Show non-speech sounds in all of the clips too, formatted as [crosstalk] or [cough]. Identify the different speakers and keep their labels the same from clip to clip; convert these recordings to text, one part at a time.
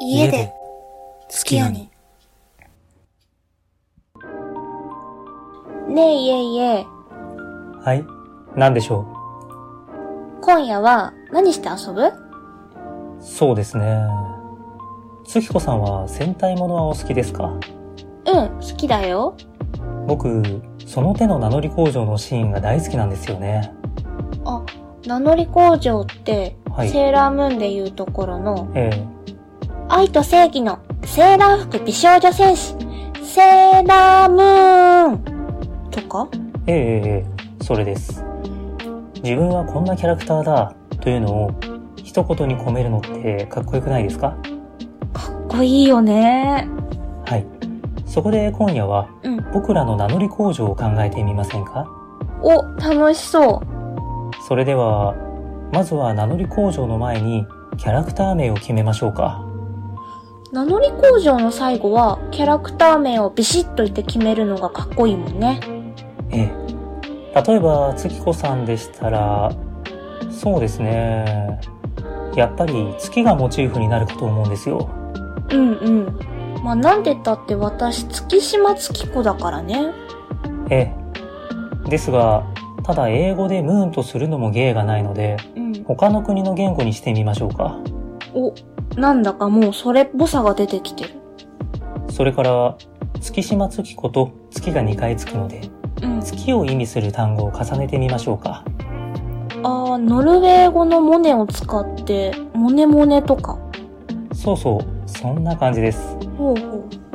Speaker 1: 家で月夜に。
Speaker 2: ねえいえいえ、
Speaker 1: はい。なんでしょ
Speaker 2: 今夜は何して遊ぶ
Speaker 1: う。そうですね。月子さんは戦隊ものはお好きですか
Speaker 2: うん、好きだよ。
Speaker 1: 僕、その手の名乗り工場のシーンが大好きなんですよね。
Speaker 2: 名乗り工場って、
Speaker 1: はい
Speaker 2: セーラームーンでいうところの、
Speaker 1: ええ
Speaker 2: 愛と正義のセーラー服美少女戦士、セーラームーンとか
Speaker 1: ええええええそれです。自分はこんなキャラクターだというのを一言に込めるのってかっこよくないですか
Speaker 2: かっこいいよね。
Speaker 1: はい。そこで今夜は
Speaker 2: うん。
Speaker 1: 僕らの名乗り工場を考えてみませんか
Speaker 2: お、楽しそう。
Speaker 1: それでは、まずは名乗り工場の前にキャラクター名を決めましょうか。
Speaker 2: 名乗り工場の最後は、キャラクター名をビシッと言って決めるのがかっこいいもんね。
Speaker 1: ええ。例えば、月子さんでしたら、そうですね。やっぱり月がモチーフになるかと思うんですよ。
Speaker 2: うんうん。まあ、なんでだって私、月島月子だからね。
Speaker 1: ええ。ですが、ただ英語でムーンとするのも芸がないので、
Speaker 2: うん。
Speaker 1: 他の国の言語にしてみましょうか。
Speaker 2: お、なんだかもうそれっぽさが出てきてる。
Speaker 1: それから、月島月子と月が2回つくので、
Speaker 2: うん。
Speaker 1: 月を意味する単語を重ねてみましょうか。
Speaker 2: あー、ノルウェー語のモネを使って、モネモネとか。
Speaker 1: そうそう、そんな感じです。
Speaker 2: ほうほう。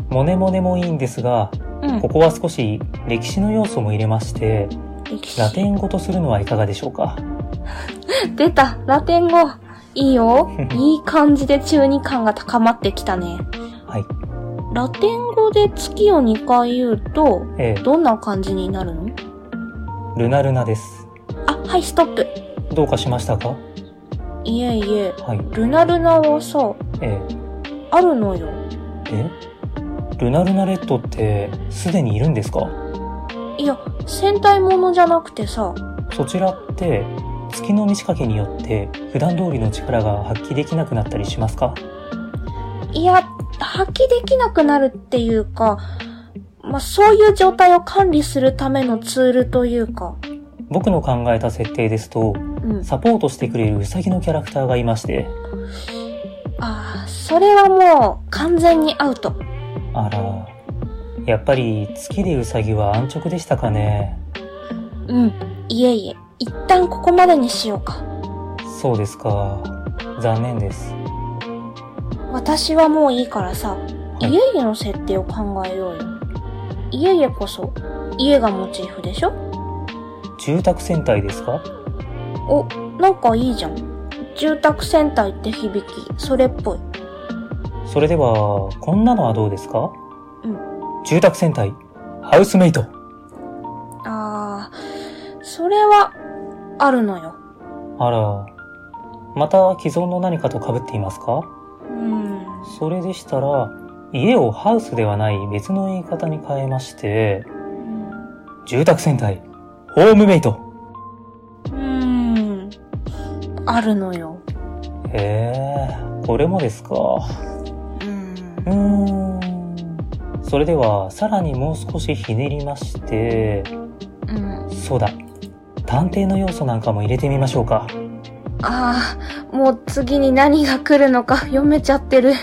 Speaker 1: モネモネもいいんですが、
Speaker 2: うん
Speaker 1: こ。こは少し歴史の要素も入れまして、
Speaker 2: 歴史
Speaker 1: ラテン語とするのはいかがでしょうか。
Speaker 2: 出たラテン語いい
Speaker 1: [laughs]
Speaker 2: よいい感じで中二感が高まってきたね。
Speaker 1: はい。
Speaker 2: ラテン語で月を2回言うと、
Speaker 1: ええ
Speaker 2: どんな感じになるの
Speaker 1: ルナルナです。
Speaker 2: あ、はい、ストップ。
Speaker 1: どうかしましたか
Speaker 2: いえいえ、
Speaker 1: はい。
Speaker 2: ルナルナはさ、
Speaker 1: ええ
Speaker 2: あるのよ。
Speaker 1: えルナルナレッドってすでにいるんですか
Speaker 2: いや、戦隊ものじゃなくてさ、
Speaker 1: そちらって月の満ち欠けによって普段通りの力が発揮できなくなったりしますか
Speaker 2: いや、発揮できなくなるっていうか、まあ、そういう状態を管理するためのツールというか、
Speaker 1: 僕の考えた設定ですと
Speaker 2: うん。
Speaker 1: サポートしてくれるウサギのキャラクターがいまして
Speaker 2: ああ、それはもう完全にアウト。
Speaker 1: あらやっぱり月でウサギは安直でしたかね
Speaker 2: うん。いえいえ、一旦ここまでにしようか。
Speaker 1: そうですか残念です
Speaker 2: 私はもういいからさ、
Speaker 1: い
Speaker 2: いえいえの設定を考えようよ。いえいえこそ、家がモチーフでしょ
Speaker 1: 住宅戦隊ですか
Speaker 2: お、なんかいいじゃん。住宅戦隊って響き、それっぽい。
Speaker 1: それではこんなのはどうですか
Speaker 2: うん
Speaker 1: 住宅戦隊ハウスメイト
Speaker 2: あー、それは、あるのよ。
Speaker 1: あら、また既存の何かと被っていますか
Speaker 2: うん。
Speaker 1: それでしたら、家をハウスではない別の言い方に変えまして、住宅戦隊、ホームメイト。
Speaker 2: うん。あるのよ。
Speaker 1: へえ、これもです
Speaker 2: う
Speaker 1: か。
Speaker 2: ん。
Speaker 1: うーん。それでは、さらにもう少しひねりまして、
Speaker 2: うん。
Speaker 1: そうだ。探偵の要素なんかも入れてみましょうか。
Speaker 2: あー、もう次に何が来るのか [laughs] 読めちゃってる。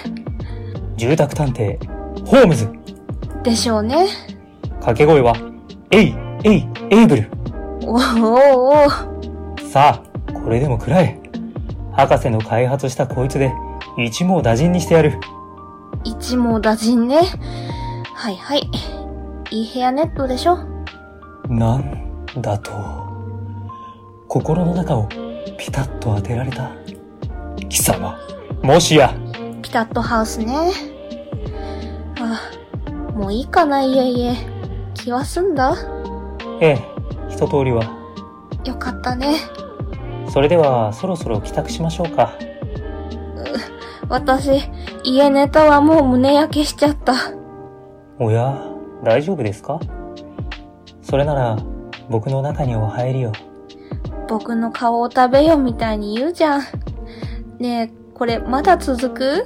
Speaker 1: 住宅探偵、ホームズ。
Speaker 2: でしょうね。
Speaker 1: 掛け声は、エイ、エイ、エイブル。
Speaker 2: おおお
Speaker 1: さあ、これでも食らえ。博士の開発したこいつで、一網打尽にしてやる。
Speaker 2: 一網打尽ね。はいはい。いい部屋ネットでしょ
Speaker 1: なんだと。心の中をピタッと当てられた。貴様、もしや。
Speaker 2: ピタッとハウスね。ああ、もういいかな、いえいえ。気は済んだ
Speaker 1: ええ、一通りは。
Speaker 2: よかったね。
Speaker 1: それでは、そろそろ帰宅しましょうか。
Speaker 2: 私、家ネタはもう胸焼けしちゃった。
Speaker 1: おや、大丈夫ですかそれなら、僕の中には入るよ。
Speaker 2: 僕の顔を食べよみたいに言うじゃん。ねえ、これまだ続く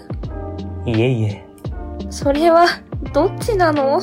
Speaker 1: いえいえ。
Speaker 2: それは、どっちなの